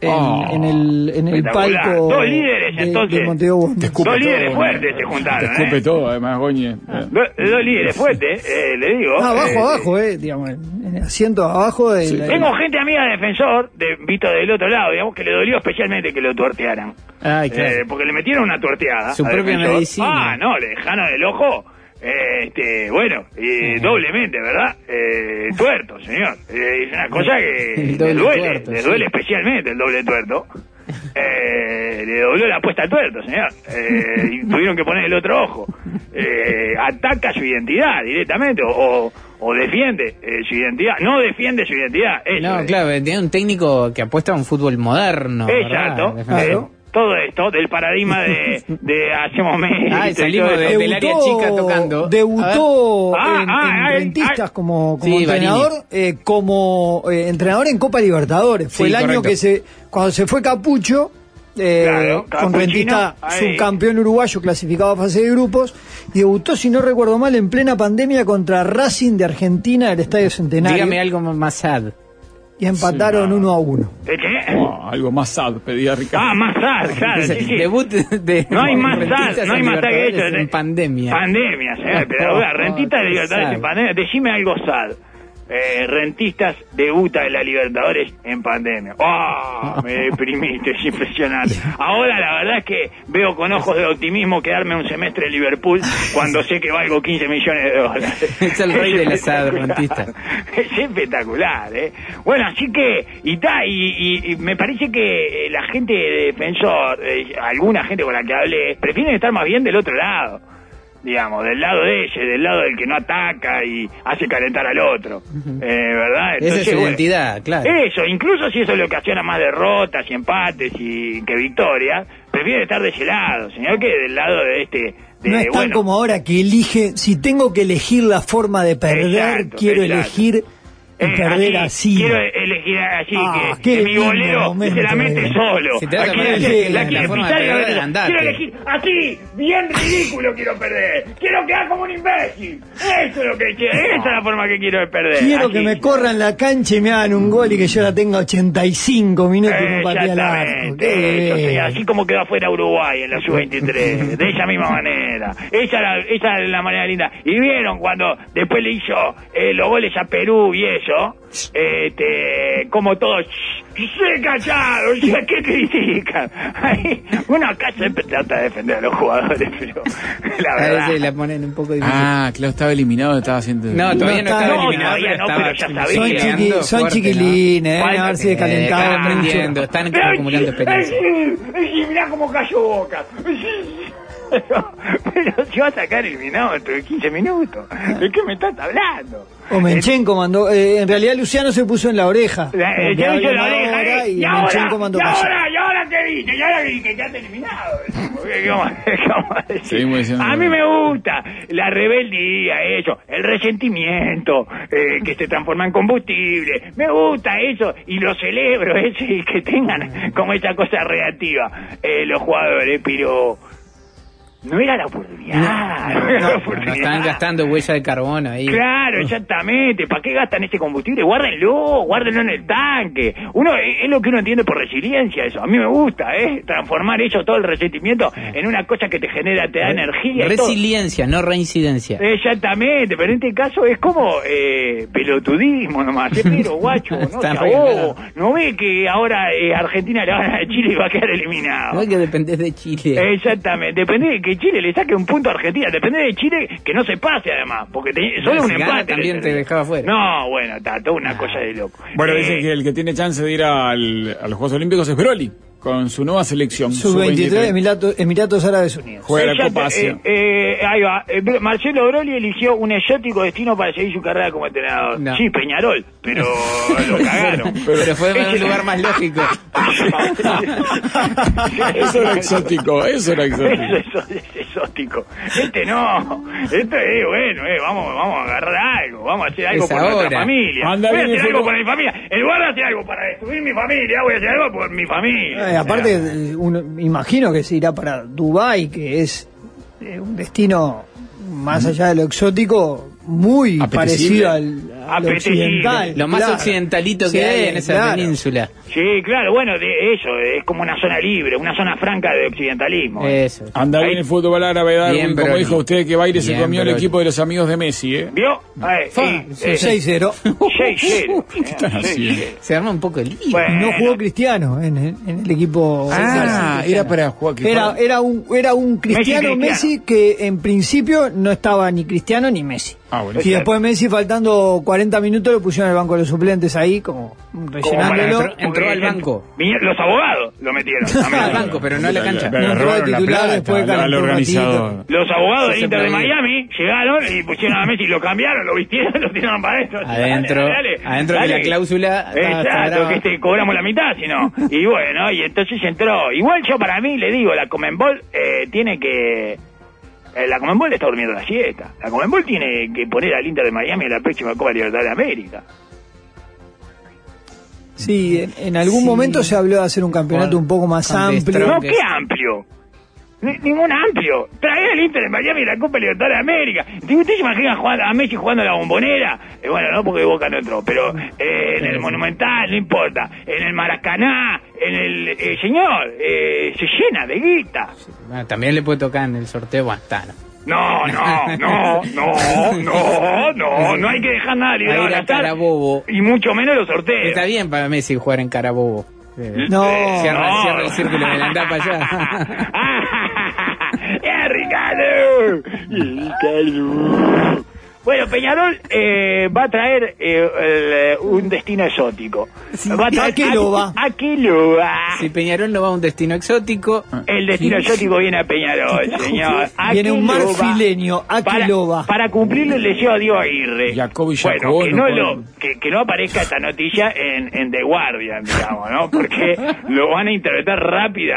[SPEAKER 3] En,
[SPEAKER 1] Oh,
[SPEAKER 3] en el, en el
[SPEAKER 2] espectacular.
[SPEAKER 3] palco.
[SPEAKER 2] Dos líderes,
[SPEAKER 3] de-
[SPEAKER 2] entonces.
[SPEAKER 3] de Montevideo Woman.
[SPEAKER 1] Te escupe
[SPEAKER 2] Dos
[SPEAKER 1] todo,
[SPEAKER 2] líderes
[SPEAKER 1] eh.
[SPEAKER 2] fuertes se juntaron,
[SPEAKER 1] Te escupe
[SPEAKER 2] eh. Ah,
[SPEAKER 1] todo, además, Goñi. eh.
[SPEAKER 2] Dos, dos líderes fuertes, eh, le digo.
[SPEAKER 3] Ah, abajo,
[SPEAKER 2] Eh,
[SPEAKER 3] abajo, eh, digamos, en en el asiento abajo. de la-
[SPEAKER 2] Tengo gente amiga de defensor, de, visto del otro lado, digamos, que le dolió especialmente que lo tuertearan.
[SPEAKER 4] Ay, claro.
[SPEAKER 2] Eh, porque le metieron una tuerteada.
[SPEAKER 4] Su
[SPEAKER 2] a
[SPEAKER 4] propia
[SPEAKER 2] Defensor.
[SPEAKER 4] medicina.
[SPEAKER 2] Ah, no, le dejaron el ojo. eh, Este, bueno, y doblemente, ¿verdad? Eh, tuerto, señor. Eh, es una cosa que
[SPEAKER 4] El
[SPEAKER 2] le
[SPEAKER 4] doble
[SPEAKER 2] duele,
[SPEAKER 4] tuerto,
[SPEAKER 2] le
[SPEAKER 4] sí.
[SPEAKER 2] duele especialmente el doble tuerto. Eh, le dobló la apuesta al tuerto, señor. Eh, y tuvieron que poner el otro ojo. Eh, ataca su identidad directamente o, o- o defiende eh, su identidad. No defiende su identidad. eso
[SPEAKER 4] No,
[SPEAKER 2] es.
[SPEAKER 4] claro, tiene un técnico que apuesta a un fútbol moderno. ¿verdad?
[SPEAKER 2] Exacto.
[SPEAKER 4] Defensor.
[SPEAKER 3] Claro.
[SPEAKER 2] Eh, todo esto del paradigma de, de hacemos meses.
[SPEAKER 4] Ay, Ah, salimos de- del área chica tocando.
[SPEAKER 3] Debutó
[SPEAKER 2] A ver.
[SPEAKER 3] en,
[SPEAKER 2] Ah, ah,
[SPEAKER 3] en
[SPEAKER 2] ah,
[SPEAKER 3] Rentistas
[SPEAKER 2] ah.
[SPEAKER 3] como, como
[SPEAKER 4] Sí,
[SPEAKER 3] entrenador, eh, como eh, entrenador en Copa Libertadores. Fue
[SPEAKER 4] Sí,
[SPEAKER 3] el año
[SPEAKER 4] correcto.
[SPEAKER 3] que se, cuando se fue Capucho, eh,
[SPEAKER 2] Claro,
[SPEAKER 3] con
[SPEAKER 2] Capuchino,
[SPEAKER 3] Rentistas
[SPEAKER 2] ahí.
[SPEAKER 3] subcampeón uruguayo clasificado a fase de grupos, y debutó, si no recuerdo mal, en plena pandemia contra Racing de Argentina del Estadio Centenario.
[SPEAKER 4] Dígame algo más sad.
[SPEAKER 3] Y empataron uno a uno.
[SPEAKER 1] Oh, algo más sad, pedía Ricardo.
[SPEAKER 2] Ah, más sad, claro. sí, sí.
[SPEAKER 4] Debut de
[SPEAKER 2] No hay más
[SPEAKER 4] Rentistas
[SPEAKER 2] sad, no hay
[SPEAKER 4] en
[SPEAKER 2] más sad que
[SPEAKER 4] Libertadores
[SPEAKER 2] eso. eh.
[SPEAKER 4] En pandemia.
[SPEAKER 2] Pandemia, señor. Pero,
[SPEAKER 4] No,
[SPEAKER 2] oiga, rentistas de
[SPEAKER 4] qué
[SPEAKER 2] Libertadores
[SPEAKER 4] sad.
[SPEAKER 2] en pandemia. Decime algo sad. Eh, rentistas debuta de la Libertadores en pandemia. ¡Ah! me deprimiste, es impresionante. Ahora la verdad es que veo con ojos de optimismo quedarme un semestre en Liverpool cuando sé que valgo 15 millones de dólares.
[SPEAKER 4] Es el rey del asado,
[SPEAKER 2] espectacular.
[SPEAKER 4] rentista.
[SPEAKER 2] Es espectacular, ¿eh? Bueno, así que, y, ta, y, y- y me parece que eh, la gente de Defensor, eh, alguna gente con la que hablé, prefieren estar más bien del otro lado, digamos, del lado de ese, del lado del que no ataca y hace calentar al otro, eh, ¿verdad?
[SPEAKER 4] Esa es su
[SPEAKER 2] bueno,
[SPEAKER 4] identidad, claro.
[SPEAKER 2] Eso, incluso si eso le ocasiona más derrotas y empates y que victorias, prefieren estar de ese lado, señor, que del lado de este... De,
[SPEAKER 3] No es tan
[SPEAKER 2] bueno,
[SPEAKER 3] como ahora que elige, si tengo que elegir la forma de perder,
[SPEAKER 2] Exacto,
[SPEAKER 3] quiero
[SPEAKER 2] exacto.
[SPEAKER 3] elegir y
[SPEAKER 2] Eh,
[SPEAKER 3] perder así.
[SPEAKER 2] Quiero elegir así,
[SPEAKER 3] Ah,
[SPEAKER 2] que,
[SPEAKER 3] qué
[SPEAKER 2] que mi
[SPEAKER 3] lindo
[SPEAKER 2] bolero
[SPEAKER 3] momento,
[SPEAKER 2] se la mete
[SPEAKER 3] eh.
[SPEAKER 2] solo.
[SPEAKER 4] Si te vas a
[SPEAKER 2] Aquí
[SPEAKER 4] poner
[SPEAKER 2] la-
[SPEAKER 3] elegir
[SPEAKER 2] la-
[SPEAKER 3] la
[SPEAKER 2] quiero
[SPEAKER 4] forma de
[SPEAKER 2] pitar y la-
[SPEAKER 4] perder, andate.
[SPEAKER 2] Quiero elegir así, bien ridículo quiero perder. Quiero quedar como un imbécil. Eso es lo que quiero. Esa es la forma que quiero de perder.
[SPEAKER 3] Quiero
[SPEAKER 2] así.
[SPEAKER 3] que me corran la cancha y me hagan un gol y que yo la tenga 85 minutos y no pateé al
[SPEAKER 2] Eh,
[SPEAKER 3] arco.
[SPEAKER 2] Exactamente,
[SPEAKER 3] Qué
[SPEAKER 2] eso, señor.
[SPEAKER 3] bien.
[SPEAKER 2] así como quedó afuera Uruguay en la sub-23, de esa misma manera. Esa era, esa era la manera linda. Y vieron cuando después le hizo eh, los goles a Perú y eso, este, como todos se callaron, ya que critican. Ay, uno acá siempre trata de defender a los jugadores, pero la
[SPEAKER 4] A
[SPEAKER 2] verdad.
[SPEAKER 4] veces la ponen un poco difícil.
[SPEAKER 1] Ah, claro, estaba eliminado, estaba haciendo.
[SPEAKER 4] No, todavía no,
[SPEAKER 3] No,
[SPEAKER 4] estaba
[SPEAKER 3] no,
[SPEAKER 4] eliminado,
[SPEAKER 2] todavía no,
[SPEAKER 4] estaba
[SPEAKER 2] pero ya sabía.
[SPEAKER 3] Son,
[SPEAKER 4] peleando
[SPEAKER 3] chiqui- son
[SPEAKER 4] fuerte,
[SPEAKER 3] chiquilines,
[SPEAKER 4] ¿no?
[SPEAKER 3] deben haberse
[SPEAKER 4] Eh,
[SPEAKER 3] calentado
[SPEAKER 4] están aprendiendo,
[SPEAKER 3] mucho.
[SPEAKER 4] están acumulando experiencia.
[SPEAKER 2] Ay, sí, ay, sí, mirá cómo cayó Boca. Pero, pero si vas a sacar eliminado dentro de 15 minutos, ¿de qué me estás hablando?
[SPEAKER 3] O Menchenko mandó, eh, en realidad Luciano se puso en la oreja.
[SPEAKER 2] La-
[SPEAKER 3] Como
[SPEAKER 2] eh,
[SPEAKER 3] que
[SPEAKER 2] ya hizo
[SPEAKER 3] hablan
[SPEAKER 2] la oreja,
[SPEAKER 3] ahora
[SPEAKER 2] eh,
[SPEAKER 3] y
[SPEAKER 2] y ahora,
[SPEAKER 3] Menchenko mandó
[SPEAKER 2] y
[SPEAKER 3] callar.
[SPEAKER 2] ahora, y ahora que viste, y ahora que viste, quedaste eliminado. ¿Qué vamos a- qué vamos a decir?
[SPEAKER 1] Seguimos diciendo
[SPEAKER 2] a
[SPEAKER 1] lo
[SPEAKER 2] mí
[SPEAKER 1] mismo.
[SPEAKER 2] me gusta la rebeldía, eso, el resentimiento eh, que se transforma en combustible. Me gusta eso y lo celebro, ese, y que tengan como esa cosa reactiva eh, los jugadores, pero No era la oportunidad. no era la
[SPEAKER 4] No, no
[SPEAKER 2] oportunidad.
[SPEAKER 4] están gastando huella de carbono ahí.
[SPEAKER 2] Claro, exactamente. ¿Para qué gastan ese combustible? Guárdenlo, guárdenlo en el tanque. Uno eh, es es lo que uno entiende por resiliencia eso. A mí me gusta, ¿eh? Transformar eso todo el resentimiento en una cosa que te genera, te da energía. y todo.
[SPEAKER 4] Resiliencia, no reincidencia.
[SPEAKER 2] Exactamente, pero en este caso es como eh, pelotudismo nomás. Eh, Pero guacho, no
[SPEAKER 4] Está
[SPEAKER 2] se ahogo.
[SPEAKER 4] regalado.
[SPEAKER 2] No ve que ahora eh, Argentina le va a ganar a Chile y va a quedar eliminado.
[SPEAKER 4] No es que dependés de Chile.
[SPEAKER 2] Exactamente, depende de que Chile le saque un punto a Argentina, depende de Chile que no se pase además, porque te- solo un
[SPEAKER 4] Si gana,
[SPEAKER 2] empate.
[SPEAKER 4] también
[SPEAKER 2] le-
[SPEAKER 4] te dejaba fuera.
[SPEAKER 2] No, bueno, está toda una cosa de loco.
[SPEAKER 1] Bueno,
[SPEAKER 2] Eh,
[SPEAKER 1] dicen que el que tiene chance de ir al, a los Juegos Olímpicos es Broly, con su nueva selección.
[SPEAKER 3] Sub-23 Emirato- Emiratos Árabes Unidos.
[SPEAKER 1] Juega la
[SPEAKER 2] Exacto,
[SPEAKER 1] Copa
[SPEAKER 2] eh,
[SPEAKER 1] Asia.
[SPEAKER 2] eh, ahí va. Eh, Bro- Marcelo Broli eligió un exótico destino para seguir su carrera como entrenador.
[SPEAKER 4] No.
[SPEAKER 2] Sí, Peñarol, pero lo cagaron.
[SPEAKER 4] Pero fue
[SPEAKER 2] Ese
[SPEAKER 4] un lugar más lógico.
[SPEAKER 1] Eso era exótico, eso era
[SPEAKER 2] Eso
[SPEAKER 1] exótico.
[SPEAKER 2] es, es exótico. Este no. Esto es bueno, eh, vamos, vamos a agarrar algo. Vamos a hacer algo
[SPEAKER 4] Es
[SPEAKER 2] por
[SPEAKER 4] ahora.
[SPEAKER 2] nuestra familia.
[SPEAKER 1] Anda
[SPEAKER 2] voy a
[SPEAKER 1] bien
[SPEAKER 2] hacer
[SPEAKER 1] el
[SPEAKER 2] algo
[SPEAKER 1] fútbol.
[SPEAKER 2] por mi familia. En lugar de hacer algo para destruir mi familia, voy a hacer algo por mi familia.
[SPEAKER 3] Eh, aparte, eh, uno- me imagino que se irá para Dubái, que es eh, un destino más
[SPEAKER 2] Mm.
[SPEAKER 3] allá de lo exótico, muy
[SPEAKER 1] Apetecible.
[SPEAKER 3] parecido al, a lo
[SPEAKER 2] Apetecible.
[SPEAKER 3] occidental.
[SPEAKER 4] Lo más
[SPEAKER 3] claro.
[SPEAKER 4] occidentalito que
[SPEAKER 3] Sí,
[SPEAKER 4] hay en esa
[SPEAKER 3] claro.
[SPEAKER 4] península.
[SPEAKER 2] Sí, claro, bueno, de eso, es como una zona libre, una zona franca de occidentalismo.
[SPEAKER 4] Eso.
[SPEAKER 1] Anda bien el fútbol árabe, Darwin,
[SPEAKER 4] Bien,
[SPEAKER 1] como
[SPEAKER 4] Broly.
[SPEAKER 1] dijo usted que Baile se
[SPEAKER 4] Bien,
[SPEAKER 1] comió el
[SPEAKER 4] Broly.
[SPEAKER 1] equipo de los amigos de Messi, ¿eh?
[SPEAKER 2] ¿Vio? A ver,
[SPEAKER 3] Fa,
[SPEAKER 2] y,
[SPEAKER 3] sí,
[SPEAKER 2] eh,
[SPEAKER 3] 6-0.
[SPEAKER 2] seis, cero.
[SPEAKER 1] ¿Qué están
[SPEAKER 2] Seis,
[SPEAKER 1] haciendo?
[SPEAKER 2] cero.
[SPEAKER 4] Se arma un poco el lío.
[SPEAKER 2] Bueno.
[SPEAKER 3] No jugó Cristiano en, el- en el equipo.
[SPEAKER 1] Ah, era para jugar. que
[SPEAKER 3] Era, era un, era un Cristiano
[SPEAKER 2] Cristiano.
[SPEAKER 3] Messi que en principio no estaba ni Cristiano ni Messi.
[SPEAKER 1] Ah, bueno.
[SPEAKER 3] Y después Messi, faltando 40 minutos, lo pusieron al banco de los suplentes ahí, como
[SPEAKER 2] Como para-
[SPEAKER 3] rellenándolo.
[SPEAKER 4] Entró- entró al banco.
[SPEAKER 2] Vinieron- Los abogados lo metieron. a mí.
[SPEAKER 4] Al banco, pero no a la cancha.
[SPEAKER 1] Le- le
[SPEAKER 3] No,
[SPEAKER 1] robaron la
[SPEAKER 3] titular,
[SPEAKER 1] plata
[SPEAKER 3] después
[SPEAKER 1] al- al
[SPEAKER 3] calentó un
[SPEAKER 1] organizador.
[SPEAKER 3] ratito.
[SPEAKER 2] Los abogados del
[SPEAKER 4] Eso
[SPEAKER 2] Inter de
[SPEAKER 4] siempre lo
[SPEAKER 2] Miami llegaron y pusieron a Messi, lo cambiaron, lo vistieron, lo tiraron para adentro.
[SPEAKER 4] Adentro, adentro que la cláusula está-
[SPEAKER 2] Exacto,
[SPEAKER 4] estará-
[SPEAKER 2] que te cobramos la mitad, si no. Y bueno, y entonces entró. Igual yo para mí, le digo, la Comenbol eh, tiene que... eh, la Comenbol está durmiendo la siesta. La Comenbol tiene que poner al Inter de Miami en la próxima Copa Libertad de América.
[SPEAKER 3] Sí, en, en algún
[SPEAKER 4] Sí.
[SPEAKER 3] momento se habló de hacer un campeonato
[SPEAKER 4] Con-
[SPEAKER 3] un poco más
[SPEAKER 4] con
[SPEAKER 3] amplio.
[SPEAKER 4] Creo
[SPEAKER 2] No,
[SPEAKER 4] que
[SPEAKER 2] qué
[SPEAKER 4] sí.
[SPEAKER 2] amplio. Ni- ningún amplio. Traer al Inter de Miami la Copa Libertadores de América. Si usted se imagina jugar a Messi jugando a la bombonera, Eh, bueno, no porque Boca no entró, pero eh, en el Monumental, no importa. En el Maracaná, en el... eh, señor, eh, se llena de guita.
[SPEAKER 4] Bueno, también le puede tocar en el sorteo. Bueno, está,
[SPEAKER 2] Eh.
[SPEAKER 4] no.
[SPEAKER 2] No, no, no, no, no, no, no hay que dejar nada libre
[SPEAKER 4] Ahí la cara bobo.
[SPEAKER 2] Y mucho menos los sorteos.
[SPEAKER 4] Está bien para Messi jugar en Carabobo. Eh,
[SPEAKER 3] No.
[SPEAKER 4] Cierra- cierra el círculo, del andá para allá.
[SPEAKER 2] ¡Eh, Ricardo! Ricardo. Bueno, Peñarol eh, va a traer eh, el, eh, un destino exótico. Va a, traer,
[SPEAKER 3] ¿A qué lo va?
[SPEAKER 2] ¿A qué lo va?
[SPEAKER 4] Si Peñarol no va a un destino exótico,
[SPEAKER 2] El destino exótico viene a Peñarol, señor. ¿A
[SPEAKER 3] Viene
[SPEAKER 2] qué
[SPEAKER 3] un mar
[SPEAKER 2] lo va?
[SPEAKER 3] fileño, ¿a qué
[SPEAKER 2] para,
[SPEAKER 3] lo va?
[SPEAKER 2] Para cumplir el deseo de Diego Aguirre.
[SPEAKER 1] Jacobo y
[SPEAKER 2] bueno,
[SPEAKER 1] Jacobo
[SPEAKER 2] que
[SPEAKER 1] no
[SPEAKER 2] no,
[SPEAKER 1] pueden.
[SPEAKER 2] lo, que, que no aparezca esta noticia en, en The Guardian, digamos, ¿no? Porque lo van a interpretar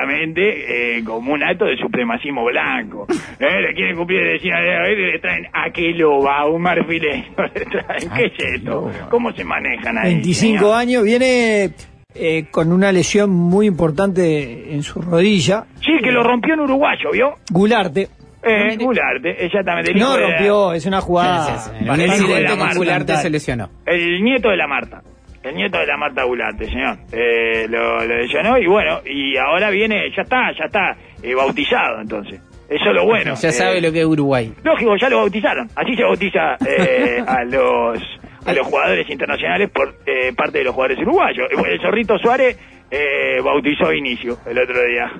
[SPEAKER 2] rápidamente eh, como un acto de supremacismo blanco. ¿Eh? Le quieren cumplir el deseo de Diego Aguirre, le traen a qué lo va, un mar fileño. Le traen, ¿qué es esto? ¿Cómo se manejan ahí?
[SPEAKER 3] 25
[SPEAKER 2] señor?
[SPEAKER 3] años, viene eh, con una lesión muy importante en su rodilla.
[SPEAKER 2] Sí, que lo rompió un uruguayo, ¿vio?
[SPEAKER 3] Gularte.
[SPEAKER 2] Eh, Gularte, exactamente. el hijo
[SPEAKER 3] Ah, No
[SPEAKER 2] de la-
[SPEAKER 3] rompió, es una jugada.
[SPEAKER 4] en un
[SPEAKER 2] Parece
[SPEAKER 4] incidente
[SPEAKER 2] Ah. la
[SPEAKER 4] con
[SPEAKER 2] Marta.
[SPEAKER 4] Gularte se lesionó.
[SPEAKER 2] El nieto de la Marta. El nieto de la Marta Gularte, señor. Eh, lo, lo lesionó y bueno, y ahora viene, ya está, ya está eh, bautizado entonces. Eso es lo bueno. Eh,
[SPEAKER 4] ya sabe lo que es Uruguay.
[SPEAKER 2] Lógico, ya lo bautizaron. Así se bautiza eh, a los a los jugadores internacionales por eh, parte de los jugadores uruguayos. Eh, bueno, El zorrito Suárez eh, bautizó a Vinicio el otro día.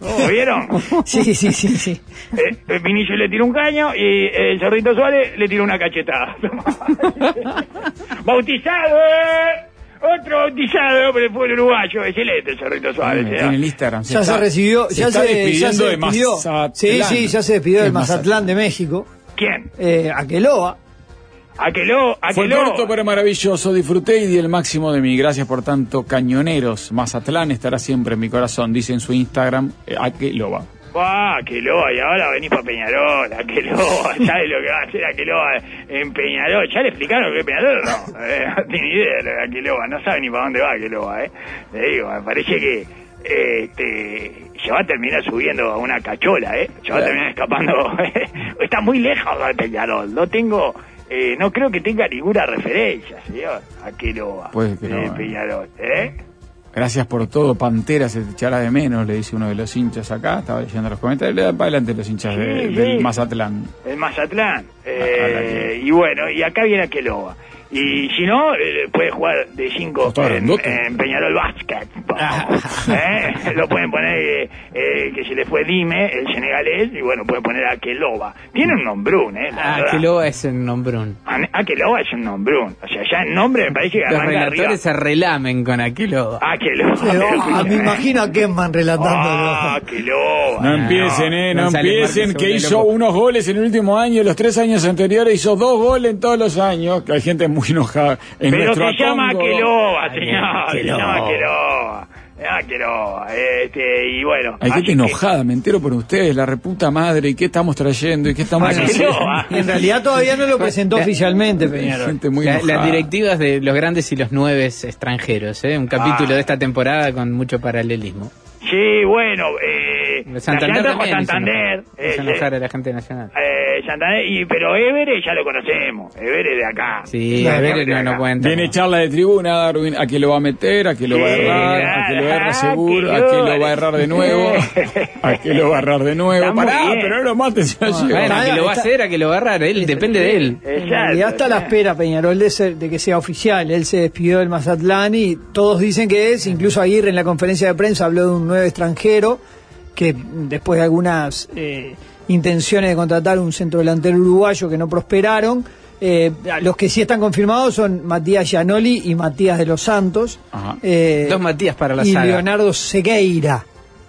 [SPEAKER 2] ¿Lo vieron?
[SPEAKER 3] Sí, sí, sí, sí.
[SPEAKER 2] Eh, eh, Vinicius le tiró un caño y eh, el zorrito Suárez le tiró una cachetada. ¡Bautizado! eh. Otro bautizado por el pueblo uruguayo. Excelente el zorrito Suárez. ¿eh?
[SPEAKER 1] Mm, Tiene el Instagram.
[SPEAKER 3] Ya se,
[SPEAKER 1] está-
[SPEAKER 3] recibió,
[SPEAKER 1] se
[SPEAKER 3] ya,
[SPEAKER 1] está
[SPEAKER 3] se, ya
[SPEAKER 1] despidiendo
[SPEAKER 3] se
[SPEAKER 1] de
[SPEAKER 3] despidió.
[SPEAKER 1] Mazatlán.
[SPEAKER 3] Sí, sí, ya se despidió
[SPEAKER 1] De
[SPEAKER 3] del Mazatlán de México.
[SPEAKER 2] ¿Quién?
[SPEAKER 3] Eh, Aqueloa.
[SPEAKER 2] Aqueló,
[SPEAKER 1] Fue
[SPEAKER 2] aqueló.
[SPEAKER 1] corto pero maravilloso, disfruté y di el máximo de mí. Gracias por tanto, cañoneros. Mazatlán estará siempre en mi corazón, dice en su Instagram. eh, ¿A qué lo va?
[SPEAKER 2] Ah, Aqueló, y ahora venís para Peñarol. Aqueló, ¿sabes lo que va a hacer Aqueló en Peñarol? ¿Ya le explicaron lo que es Peñarol? No, eh, no tiene idea de lo de Aqueló, no sabe ni para dónde va Aqueló, ¿eh? Le digo, me parece que este, se va a terminar subiendo a una cachola, ¿eh? Se va a terminar escapando. ¿eh? Está muy lejos de Peñarol. No tengo, eh, no creo que tenga ninguna referencia, señor, a Quiroga.
[SPEAKER 1] Pues, Quiroga.
[SPEAKER 2] eh, Peñarol, ¿eh?
[SPEAKER 1] Gracias por todo, Pantera se te echará de menos, le dice uno de los hinchas acá. Estaba leyendo los comentarios. Le dan para adelante los hinchas de-
[SPEAKER 2] Sí,
[SPEAKER 1] del
[SPEAKER 2] sí.
[SPEAKER 1] Mazatlán.
[SPEAKER 2] El Mazatlán. Eh, y bueno, y acá viene Aqueloba. Y si no, eh, puede jugar de 5
[SPEAKER 1] Está
[SPEAKER 2] en,
[SPEAKER 1] grandote.
[SPEAKER 2] en Peñarol Basket. ¿Eh? Lo pueden poner, eh, eh, que se le fue Dime, el senegalés, y bueno, pueden poner Aqueloba. Tiene un nombrón, ¿eh? la
[SPEAKER 4] Ah,
[SPEAKER 2] verdad.
[SPEAKER 4] que luego es el nombrón.
[SPEAKER 2] An- Aqueloba es un nombrón. O sea, ya el nombre me parece que
[SPEAKER 4] Los
[SPEAKER 2] arranca arriba.
[SPEAKER 4] relatores se relamen con Aquilo.
[SPEAKER 2] Aqueloba.
[SPEAKER 3] Sí,
[SPEAKER 2] pero
[SPEAKER 3] oh,
[SPEAKER 2] escúchame.
[SPEAKER 3] me imagino a Kenman
[SPEAKER 2] Ah,
[SPEAKER 3] relatándolo.
[SPEAKER 2] Aqueloba.
[SPEAKER 1] No empiecen, eh, no
[SPEAKER 4] González
[SPEAKER 1] empiecen,
[SPEAKER 4] Márquez,
[SPEAKER 1] que
[SPEAKER 4] según el
[SPEAKER 1] hizo
[SPEAKER 4] loco.
[SPEAKER 1] unos goles en el último año, los tres años anteriores hizo dos goles en todos los años, que hay gente muy enojada en
[SPEAKER 2] Pero
[SPEAKER 1] nuestro
[SPEAKER 2] se llama
[SPEAKER 1] atongo.
[SPEAKER 2] Aqueloba, señor. Se
[SPEAKER 4] Aqueloba.
[SPEAKER 2] llama Aqueloba. Se llama Aqueloba. Este, y bueno.
[SPEAKER 1] Hay
[SPEAKER 2] así
[SPEAKER 1] gente
[SPEAKER 2] que-
[SPEAKER 1] enojada, me entero por ustedes, la reputa madre, y qué estamos trayendo, y qué estamos
[SPEAKER 2] Ah,
[SPEAKER 1] haciendo.
[SPEAKER 2] Aqueloba.
[SPEAKER 3] En realidad todavía no lo presentó oficialmente, Peñarol.
[SPEAKER 1] Gente muy
[SPEAKER 4] La-
[SPEAKER 1] enojada.
[SPEAKER 4] las directivas de los grandes y los nueves extranjeros, ¿eh? un capítulo
[SPEAKER 2] Ah.
[SPEAKER 4] de esta temporada con mucho paralelismo.
[SPEAKER 2] Sí, bueno. Eh, Nacional
[SPEAKER 4] Santander
[SPEAKER 2] trajo
[SPEAKER 4] también hizo
[SPEAKER 2] Santander.
[SPEAKER 4] enojar-
[SPEAKER 2] eh,
[SPEAKER 4] hizo enojar a la gente nacional.
[SPEAKER 2] eh, Santander. Y, pero Evere ya lo conocemos. Evere de acá.
[SPEAKER 4] Sí,
[SPEAKER 3] No,
[SPEAKER 4] a ver,
[SPEAKER 2] aparte
[SPEAKER 4] no,
[SPEAKER 2] acá.
[SPEAKER 4] no pueden
[SPEAKER 1] Viene
[SPEAKER 4] entrar.
[SPEAKER 1] charla de tribuna, Darwin, a que lo va a meter, a que lo va a
[SPEAKER 2] Sí,
[SPEAKER 1] errar, a que lo erra
[SPEAKER 2] ah,
[SPEAKER 1] seguro, a que lo va a errar de nuevo, a que lo va a errar de nuevo.
[SPEAKER 2] Está muy
[SPEAKER 1] Pará,
[SPEAKER 2] bien. Ah,
[SPEAKER 1] pero no lo mates, ya llegó.
[SPEAKER 4] Bueno,
[SPEAKER 3] Pará,
[SPEAKER 4] que lo va a
[SPEAKER 3] está-
[SPEAKER 4] hacer, a que lo va a agarrar, él, depende de él.
[SPEAKER 3] En realidad está a Eh, la espera Peñarol de, ser- de que sea oficial. Él se despidió del Mazatlán y todos dicen que es. Incluso Aguirre en la conferencia de prensa habló de un nuevo extranjero que después de algunas eh, intenciones de contratar un centro delantero uruguayo que no prosperaron, eh, los que sí están confirmados son Matías Gianoli y Matías de los Santos.
[SPEAKER 1] Ajá.
[SPEAKER 3] Eh,
[SPEAKER 4] Dos Matías para la
[SPEAKER 3] y
[SPEAKER 4] saga.
[SPEAKER 3] Leonardo Segueira.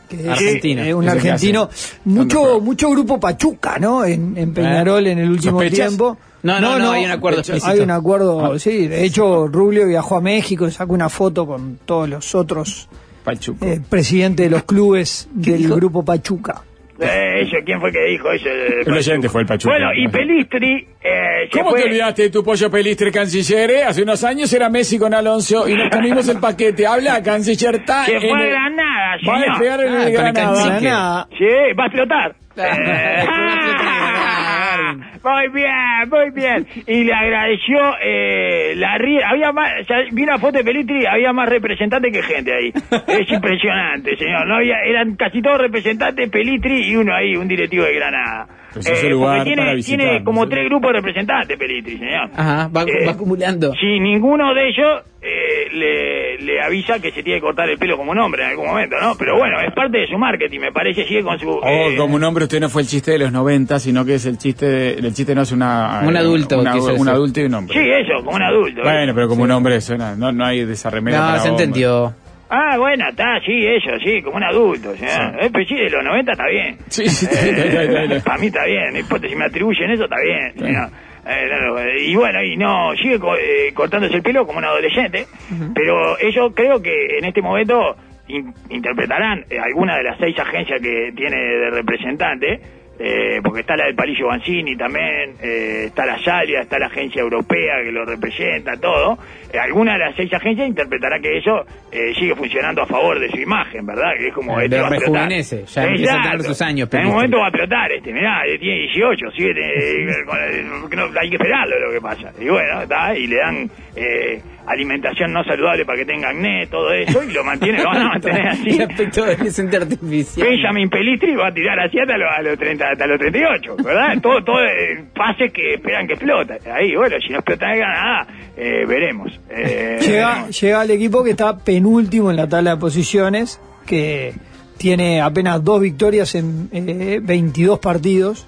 [SPEAKER 3] que es,
[SPEAKER 4] Argentino.
[SPEAKER 3] eh, un
[SPEAKER 1] Ese que
[SPEAKER 3] argentino.
[SPEAKER 1] hace. ¿Dónde
[SPEAKER 3] Mucho,
[SPEAKER 1] juega?
[SPEAKER 3] mucho grupo Pachuca, ¿no? En,
[SPEAKER 4] Eh.
[SPEAKER 3] en Peñarol en el último
[SPEAKER 1] ¿Sospechas?
[SPEAKER 3] tiempo.
[SPEAKER 4] No, no, no, hay un acuerdo
[SPEAKER 3] de hecho,
[SPEAKER 4] explícito. Ah.
[SPEAKER 3] Hay un acuerdo, sí. De hecho, Rubio viajó a México y sacó una foto con todos los otros
[SPEAKER 1] Pachuco.
[SPEAKER 3] eh, presidentes de los clubes del grupo Pachuca.
[SPEAKER 2] Eh, eso, ¿Quién fue que dijo eso?
[SPEAKER 1] El oyente fue el Pachuca.
[SPEAKER 2] Bueno, y Pelistri. Eh, se
[SPEAKER 1] ¿Cómo
[SPEAKER 2] fue-
[SPEAKER 1] te olvidaste de tu pollo pelistre canciller? eh? Hace unos años era Messi con Alonso y nos comimos el paquete. Habla, canciller, está
[SPEAKER 2] Se
[SPEAKER 1] en
[SPEAKER 2] fue a
[SPEAKER 1] el-
[SPEAKER 2] Granada,
[SPEAKER 1] Va a
[SPEAKER 2] señor.
[SPEAKER 1] despegar en
[SPEAKER 4] Ah,
[SPEAKER 1] el
[SPEAKER 4] con el
[SPEAKER 1] Granada.
[SPEAKER 4] canciller.
[SPEAKER 3] Para nada.
[SPEAKER 2] Sí, va a explotar.
[SPEAKER 4] Claro.
[SPEAKER 2] Eh, ¡ah! muy bien, muy bien. Y le agradeció eh, la ría. Había más, o sea, vi una foto de Pelitri, había más representantes que gente ahí. Es impresionante, señor. No había, eran casi todos representantes Pelitri y uno ahí, un directivo de Granada. Eh,
[SPEAKER 1] Pero si es un Pues lugar
[SPEAKER 2] porque tiene,
[SPEAKER 1] para visitar,
[SPEAKER 2] tiene
[SPEAKER 1] ¿no?
[SPEAKER 2] como tres grupos de representantes Pelitri, señor.
[SPEAKER 4] Ajá, va,
[SPEAKER 2] Eh,
[SPEAKER 4] va acumulando.
[SPEAKER 2] Si ninguno de ellos eh, le, le avisa que se tiene que cortar el pelo como un hombre en algún momento, ¿no? Pero bueno, es parte de su marketing, me parece, sigue con su...
[SPEAKER 1] Oh,
[SPEAKER 2] eh,
[SPEAKER 1] como un hombre, usted no fue el chiste de los 90, sino que es el chiste. de- el chiste no es una.
[SPEAKER 4] Un
[SPEAKER 1] eh,
[SPEAKER 4] adulto,
[SPEAKER 1] una-
[SPEAKER 4] quiso
[SPEAKER 1] un
[SPEAKER 4] decir.
[SPEAKER 1] adulto y un hombre.
[SPEAKER 2] Sí, eso, como un adulto. ¿eh?
[SPEAKER 1] Bueno, pero como un hombre suena. No, no hay desarremedio.
[SPEAKER 4] No, se entendió.
[SPEAKER 2] Ah, bueno, está, sí, eso, sí, como un adulto. señor.
[SPEAKER 1] Sí.
[SPEAKER 2] Eh, pero sí, de los 90 está bien.
[SPEAKER 1] Sí, sí, está bien, está bien, está bien.
[SPEAKER 2] Para mí está bien, no importa si me atribuyen eso, está bien.
[SPEAKER 1] bien.
[SPEAKER 2] señor. Eh, no, no, eh, y bueno, y no, sigue co- eh, cortándose el pelo como un adolescente, pero ellos creo que en este momento in- interpretarán eh, alguna de las seis agencias que tiene de representante, eh, porque está la del Palillo Banzini también, eh, está la Salia, está la agencia europea que lo representa, todo. Eh, alguna de las seis agencias interpretará que eso eh, sigue funcionando a favor de su imagen, ¿verdad? Que es como...
[SPEAKER 4] Eh,
[SPEAKER 2] este
[SPEAKER 4] lo
[SPEAKER 2] va a explotar.
[SPEAKER 4] rejuvenece, ya empieza a tener
[SPEAKER 2] Exacto.
[SPEAKER 4] sus años,
[SPEAKER 2] En
[SPEAKER 4] Pelistri.
[SPEAKER 2] un momento va a explotar este, mirá, eh, tiene 18, sigue, eh, con el- que no- hay que esperarlo lo que pasa. Y bueno, está, y le dan eh, alimentación no saludable para que tenga acné, todo eso, y lo mantiene, lo van a mantener así.
[SPEAKER 4] El aspecto de gente artificial.
[SPEAKER 2] Benjamin Pelistri va a tirar así hasta los, a los 30, hasta los 38, ¿verdad? todo, todo eh, pases que esperan que explota. Ahí, bueno, si no explota en Granada, eh, veremos. Eh,
[SPEAKER 3] Llega,
[SPEAKER 2] veremos.
[SPEAKER 3] llega el equipo que está penúltimo en la tabla de posiciones, que tiene apenas dos victorias en eh, 22 partidos,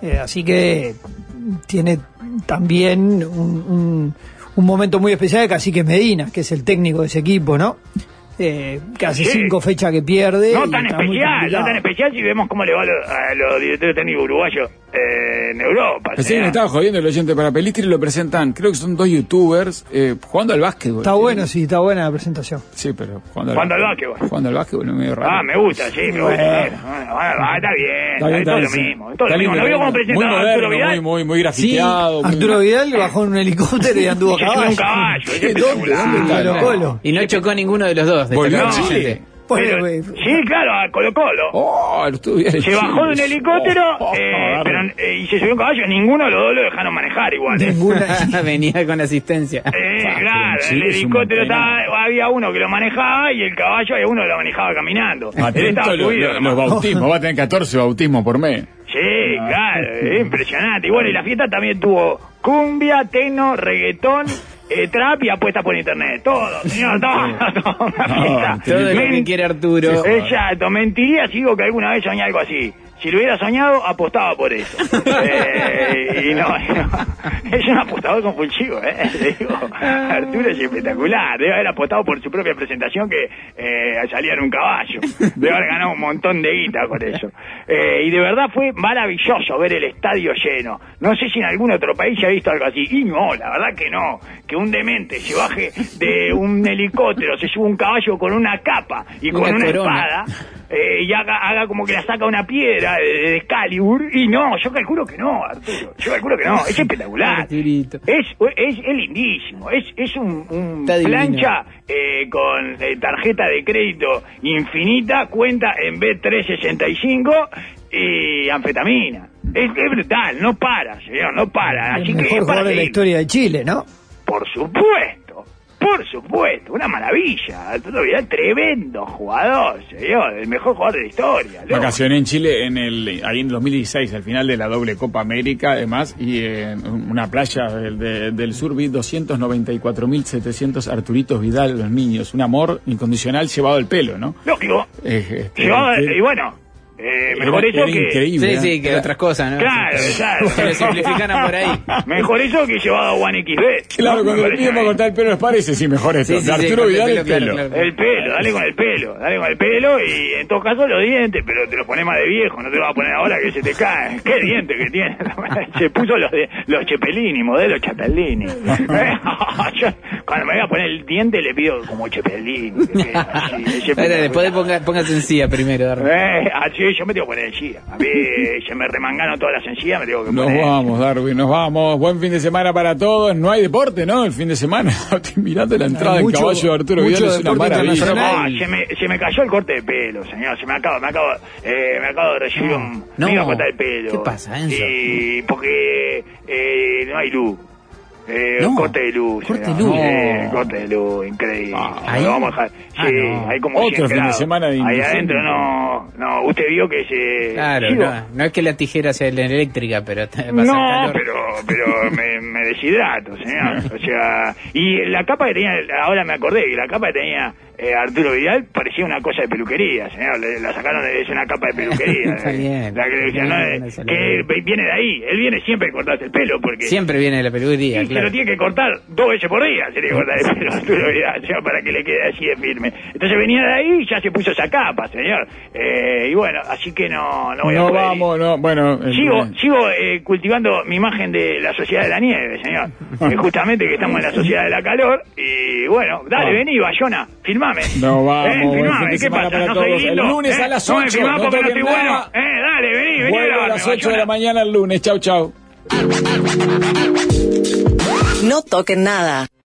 [SPEAKER 3] eh, así que tiene también un, un- un momento muy especial de Cacique Medina, que es el técnico de ese equipo, ¿no? Eh, que hace
[SPEAKER 2] Sí.
[SPEAKER 3] cinco fechas que pierde.
[SPEAKER 2] No
[SPEAKER 3] y
[SPEAKER 2] tan
[SPEAKER 3] está
[SPEAKER 2] especial,
[SPEAKER 3] muy
[SPEAKER 2] no
[SPEAKER 3] complicado.
[SPEAKER 2] tan especial si vemos cómo le va a lo- a los directores técnicos uruguayos eh, en Europa.
[SPEAKER 1] Así que me
[SPEAKER 2] señor.
[SPEAKER 1] estaba jodiendo el oyente para Pelistri lo presentan, creo que son dos youtubers eh, jugando al básquetbol.
[SPEAKER 3] Está bueno, sí, está buena la presentación.
[SPEAKER 1] Sí, pero jugando al
[SPEAKER 2] Jugando al
[SPEAKER 1] básquetbol.
[SPEAKER 2] básquetbol.
[SPEAKER 1] Jugando al básquetbol, no medio raro.
[SPEAKER 2] Ah, me gusta, sí, me gusta.
[SPEAKER 1] Bueno.
[SPEAKER 2] Bueno, bueno, ah, está bien,
[SPEAKER 1] Está bien,
[SPEAKER 2] es
[SPEAKER 1] está
[SPEAKER 2] todo lo
[SPEAKER 1] bien, sí.
[SPEAKER 2] mismo. es todo
[SPEAKER 1] Está
[SPEAKER 2] lo mismo.
[SPEAKER 1] lindo,
[SPEAKER 2] ¿No vio cómo
[SPEAKER 1] está lindo.
[SPEAKER 2] presentaba a
[SPEAKER 1] muy
[SPEAKER 2] Arturo
[SPEAKER 1] moderno,
[SPEAKER 2] Vidal?
[SPEAKER 1] muy, muy, muy grafiteado. muy-
[SPEAKER 3] Arturo Vidal bajó en un helicóptero y anduvo a
[SPEAKER 2] Se subió un
[SPEAKER 3] caballo.
[SPEAKER 2] caballo,
[SPEAKER 1] ¿Dónde?
[SPEAKER 2] es
[SPEAKER 1] ¿Dónde
[SPEAKER 2] espectacular.
[SPEAKER 1] está?
[SPEAKER 3] Colo-Colo.
[SPEAKER 4] Y no chocó ninguno de los dos. destacó
[SPEAKER 1] Volvió
[SPEAKER 2] No,
[SPEAKER 1] a
[SPEAKER 4] el
[SPEAKER 1] Chile.
[SPEAKER 4] oyente.
[SPEAKER 2] Pero-
[SPEAKER 3] Bueno, eh,
[SPEAKER 2] sí, claro, a Colo Colo.
[SPEAKER 1] Oh, estuve ahí.
[SPEAKER 2] Se bajó de un helicóptero
[SPEAKER 1] Oh, oh,
[SPEAKER 2] eh,
[SPEAKER 1] agarra.
[SPEAKER 2] pero, eh, y se subió un caballo. Ninguno de los dos lo dejaron manejar igual. eh.
[SPEAKER 3] ninguna.
[SPEAKER 4] Venía con asistencia.
[SPEAKER 2] Eh,
[SPEAKER 1] Ah, pero en
[SPEAKER 2] claro, el
[SPEAKER 1] Chile es un
[SPEAKER 2] helicóptero
[SPEAKER 1] mantenimiento.
[SPEAKER 2] estaba- había uno que lo manejaba y el caballo había uno que lo manejaba caminando. Él estaba
[SPEAKER 1] Atento lo-
[SPEAKER 2] subido,
[SPEAKER 1] lo-
[SPEAKER 2] nomás.
[SPEAKER 1] los bautismos, va a tener 14 bautismos por mes.
[SPEAKER 2] Sí, claro, es impresionante. Y bueno, y la fiesta también tuvo cumbia, tecno, reggaetón, eh, trap y apuestas por internet. Todo, señor, todo, todo una
[SPEAKER 1] No,
[SPEAKER 2] fiesta.
[SPEAKER 4] Todo lo que
[SPEAKER 2] Men-
[SPEAKER 4] quiere Arturo.
[SPEAKER 2] Exacto, mentiría si digo que alguna vez soñé algo así. Si lo hubiera soñado, apostaba por eso. Eh, y no, no. es un apostador compulsivo, ¿eh? Le digo, Arturo es espectacular. Debe haber apostado por su propia presentación que eh, salía en un caballo. Debe haber ganado un montón de guita con eso. Eh, y de verdad fue maravilloso ver el estadio lleno. No sé si en algún otro país se ha visto algo así. Y no, la verdad que no. Que un demente se baje de un helicóptero, se suba un caballo con una capa y
[SPEAKER 4] Una
[SPEAKER 2] con una
[SPEAKER 4] corona.
[SPEAKER 2] espada eh, y haga, haga como que la saca una piedra de, de Excalibur. Y no, yo calculo que no, Arturo. Yo calculo que no. Es espectacular.
[SPEAKER 4] Arturito.
[SPEAKER 2] Es, es, es lindísimo. Es, es un, un
[SPEAKER 4] Está divino.
[SPEAKER 2] plancha eh, con eh, tarjeta de crédito infinita, cuenta en B365 y anfetamina. Es, es brutal, no para, señor, no para. Así
[SPEAKER 3] El
[SPEAKER 2] que
[SPEAKER 3] mejor
[SPEAKER 2] es para
[SPEAKER 3] jugador de la
[SPEAKER 2] seguir.
[SPEAKER 3] historia de Chile, ¿no?
[SPEAKER 2] Por supuesto, por supuesto, una maravilla. Arturo Vidal, tremendo jugador, señor, el mejor jugador de la historia. loco.
[SPEAKER 1] Vacacioné en Chile en el, ahí en 2016, al final de la doble Copa América, además, y en una playa del, de- del sur vi 294.700 Arturitos Vidal, los niños. Un amor incondicional llevado al pelo, ¿no?
[SPEAKER 2] Lógico.
[SPEAKER 1] Eh, este,
[SPEAKER 2] Llevaba-
[SPEAKER 1] que-
[SPEAKER 2] y bueno, eh, mejor
[SPEAKER 1] era-
[SPEAKER 2] eso
[SPEAKER 1] era
[SPEAKER 2] que.
[SPEAKER 1] increíble. ¿eh?
[SPEAKER 4] Sí, sí, que
[SPEAKER 1] Era-
[SPEAKER 4] otras cosas, ¿no?
[SPEAKER 2] Claro, claro.
[SPEAKER 4] Que lo simplificaran por ahí.
[SPEAKER 2] Mejor eso que llevado a One XB.
[SPEAKER 1] Claro,
[SPEAKER 2] Me
[SPEAKER 1] cuando el
[SPEAKER 2] parece
[SPEAKER 1] niño para
[SPEAKER 2] bien.
[SPEAKER 1] cortar el pelo les parece, sí, mejor esto.
[SPEAKER 4] Sí, sí,
[SPEAKER 1] De
[SPEAKER 4] sí,
[SPEAKER 1] Arturo
[SPEAKER 4] corta
[SPEAKER 1] Vidal,
[SPEAKER 4] el
[SPEAKER 1] el
[SPEAKER 4] pelo,
[SPEAKER 1] pelo.
[SPEAKER 4] claro, claro.
[SPEAKER 2] El pelo, dale con el pelo, dale con el pelo y en todo caso los dientes, pero te los pones más de viejo, no te los vas a poner ahora que se te caen. ¿Qué dientes que tiene? se puso los de los Chepelini, modelo Chapellini. Yo, cuando me voy a poner el diente le pido como Chepelini. que- así, el Chepelini.
[SPEAKER 4] Ahora, después de ponga, póngase encía primero, Darwin.
[SPEAKER 2] Eh, así yo me tengo que poner encía. A mí se me remangaron todas las encías, me tengo que
[SPEAKER 1] Nos
[SPEAKER 2] poner.
[SPEAKER 1] vamos, Darwin, nos vamos. Buen fin de semana para todos. No hay deporte, ¿no? El fin de semana. Estoy mirando la entrada
[SPEAKER 3] Hay
[SPEAKER 1] en
[SPEAKER 3] mucho-
[SPEAKER 1] caballo de Arturo
[SPEAKER 3] mucho
[SPEAKER 1] Vidal, es una
[SPEAKER 3] deporte
[SPEAKER 1] maravilla.
[SPEAKER 2] Pero,
[SPEAKER 3] internacional.
[SPEAKER 2] ah, se, me, se me cayó el corte de pelo, señor. Se me acaba, me acabo, eh, me acabo de recibir un.
[SPEAKER 4] no.
[SPEAKER 2] me iba a cortar el pelo.
[SPEAKER 4] ¿Qué pasa, Enzo?
[SPEAKER 2] Y porque eh, no hay luz. Eh,
[SPEAKER 4] No.
[SPEAKER 2] Corte de luz.
[SPEAKER 4] Corte
[SPEAKER 2] señor.
[SPEAKER 4] de luz.
[SPEAKER 2] Sí,
[SPEAKER 1] No.
[SPEAKER 2] corte de luz, increíble.
[SPEAKER 4] ¿Ahí?
[SPEAKER 2] Lo vamos a dejar.
[SPEAKER 4] Ah,
[SPEAKER 2] Sí,
[SPEAKER 4] no.
[SPEAKER 2] hay como
[SPEAKER 1] Otro
[SPEAKER 2] 100
[SPEAKER 1] fin de
[SPEAKER 2] grados.
[SPEAKER 1] semana de
[SPEAKER 2] Ahí
[SPEAKER 1] incendio.
[SPEAKER 2] adentro no. No, usted vio que se.
[SPEAKER 4] Claro,
[SPEAKER 2] Sí,
[SPEAKER 4] no, no es que la tijera sea la eléctrica, pero te- va a hacer
[SPEAKER 2] no,
[SPEAKER 4] calor.
[SPEAKER 2] pero, pero me, me deshidrato, señor. O sea, y la capa que tenía, ahora me acordé, que la capa que tenía eh, Arturo Vidal parecía una cosa de peluquería, señor. Le- la sacaron, de- es una capa de peluquería.
[SPEAKER 4] Está
[SPEAKER 2] eh.
[SPEAKER 4] bien.
[SPEAKER 2] La que, le decían,
[SPEAKER 4] Bien,
[SPEAKER 2] ¿no?
[SPEAKER 4] eso
[SPEAKER 2] que
[SPEAKER 4] le digo.
[SPEAKER 2] él viene de ahí, él viene siempre a cortarse el pelo, porque
[SPEAKER 4] Siempre viene de la peluquería,
[SPEAKER 2] y se
[SPEAKER 4] claro.
[SPEAKER 2] lo tiene que cortar dos veces por día, se le corta el pelo a Arturo Vidal, señor, para que le quede así de firme. Entonces venía de ahí y ya se puso esa capa, señor. Eh, y bueno, así que no, no voy a
[SPEAKER 1] No
[SPEAKER 2] poder ir.
[SPEAKER 1] vamos, no. Bueno, el
[SPEAKER 2] Sigo,
[SPEAKER 1] lunes.
[SPEAKER 2] sigo eh, cultivando mi imagen de la sociedad de la nieve, señor. Eh, justamente que estamos en la sociedad de la calor. Y bueno, dale,
[SPEAKER 1] Ah.
[SPEAKER 2] vení, Bayona, filmame.
[SPEAKER 1] Nos vamos,
[SPEAKER 2] Eh,
[SPEAKER 1] buen fin de
[SPEAKER 2] filmame, ¿qué
[SPEAKER 1] semana
[SPEAKER 2] pasa?
[SPEAKER 1] para
[SPEAKER 2] No soy
[SPEAKER 1] todos. El
[SPEAKER 2] lindo,
[SPEAKER 1] lunes
[SPEAKER 2] ¿eh?
[SPEAKER 1] a las
[SPEAKER 2] No me
[SPEAKER 1] 8,
[SPEAKER 2] filmás
[SPEAKER 1] no
[SPEAKER 2] porque no
[SPEAKER 1] toquen
[SPEAKER 2] estoy bueno.
[SPEAKER 1] nada.
[SPEAKER 2] Eh, dale, vení, vení
[SPEAKER 1] Vuelvo a
[SPEAKER 2] grabarme,
[SPEAKER 1] las 8 de la
[SPEAKER 2] Bayona.
[SPEAKER 1] mañana el lunes. Chau, chau.
[SPEAKER 5] No toquen nada.